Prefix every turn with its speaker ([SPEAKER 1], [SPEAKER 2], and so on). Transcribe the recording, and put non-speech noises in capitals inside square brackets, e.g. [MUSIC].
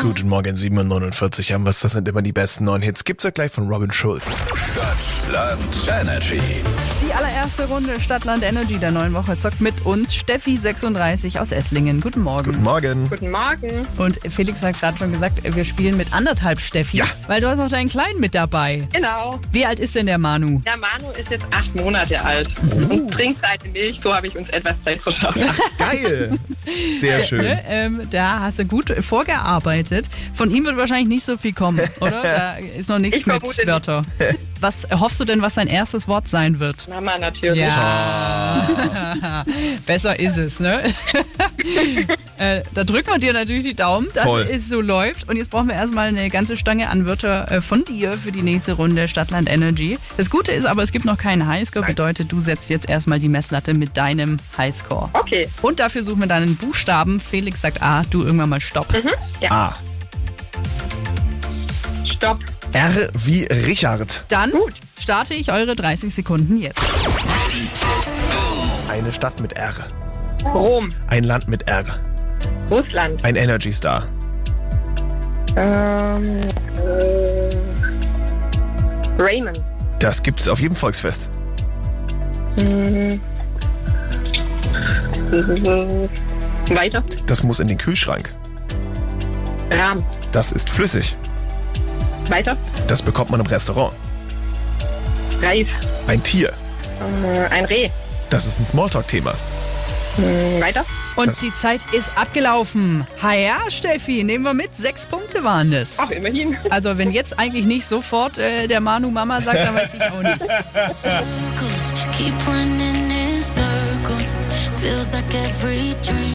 [SPEAKER 1] Guten Morgen, 7.49 haben wir Das sind immer die besten neuen Hits. Gibt's ja gleich von Robin Schulz.
[SPEAKER 2] Stadtland Energy.
[SPEAKER 3] Die allererste Runde Stadtland Energy der neuen Woche zockt mit uns Steffi 36 aus Esslingen. Guten Morgen.
[SPEAKER 1] Guten Morgen.
[SPEAKER 4] Guten Morgen.
[SPEAKER 3] Und Felix hat gerade schon gesagt, wir spielen mit anderthalb Steffis,
[SPEAKER 1] Ja.
[SPEAKER 3] weil du hast auch deinen Kleinen mit dabei.
[SPEAKER 4] Genau.
[SPEAKER 3] Wie alt ist denn der Manu?
[SPEAKER 4] Der Manu ist jetzt acht Monate alt und trinkt seine Milch. So habe ich uns etwas Zeit verschafft.
[SPEAKER 1] Geil. Sehr schön.
[SPEAKER 3] Ne? Ähm, da hast du gut vorgearbeitet. Von ihm wird wahrscheinlich nicht so viel [LAUGHS] kommen, oder? Da ist noch nichts
[SPEAKER 4] Ich vermute
[SPEAKER 3] mit [LAUGHS]
[SPEAKER 4] nicht.
[SPEAKER 3] Wörter. Was hoffst du denn, was sein erstes Wort sein wird?
[SPEAKER 4] Mama natürlich.
[SPEAKER 3] Ja. Besser ist es, ne? äh, da drücken wir dir natürlich die Daumen, dass
[SPEAKER 1] Voll.
[SPEAKER 3] es so läuft. Und jetzt brauchen wir erstmal eine ganze Stange an Wörter äh, von dir für die nächste Runde Stadtland Energy. Das Gute ist aber, es gibt noch keinen Highscore. Bedeutet, du setzt jetzt erstmal die Messlatte mit deinem Highscore.
[SPEAKER 4] Okay.
[SPEAKER 3] Und dafür suchen wir deinen Buchstaben. Felix sagt A, du irgendwann mal Stopp.
[SPEAKER 1] A.
[SPEAKER 4] Stopp.
[SPEAKER 1] R wie Richard.
[SPEAKER 3] Dann
[SPEAKER 4] Gut.
[SPEAKER 3] starte ich eure 30 Sekunden jetzt.
[SPEAKER 1] Eine Stadt mit R.
[SPEAKER 4] Rom.
[SPEAKER 1] Ein Land mit R.
[SPEAKER 4] Russland.
[SPEAKER 1] Ein Energy Star.
[SPEAKER 4] Ähm, äh, Raymond.
[SPEAKER 1] Das gibt's auf jedem Volksfest.
[SPEAKER 4] Hm. Weiter.
[SPEAKER 1] Das muss in den Kühlschrank.
[SPEAKER 4] Rahm.
[SPEAKER 1] Das ist flüssig.
[SPEAKER 4] Weiter.
[SPEAKER 1] Das bekommt man im Restaurant.
[SPEAKER 4] Reis.
[SPEAKER 1] Ein Tier.
[SPEAKER 4] Äh, ein Reh.
[SPEAKER 1] Das ist ein Smalltalk-Thema.
[SPEAKER 4] Hm, Weiter.
[SPEAKER 3] Und
[SPEAKER 1] Das-
[SPEAKER 3] die Zeit ist abgelaufen. HR, Steffi, nehmen wir mit. Sechs Punkte waren es.
[SPEAKER 4] Ach, immerhin.
[SPEAKER 3] Also wenn jetzt eigentlich nicht sofort äh, der Manu Mama sagt, dann weiß ich auch nicht.
[SPEAKER 5] circles, keep running in circles. Feels like every dream.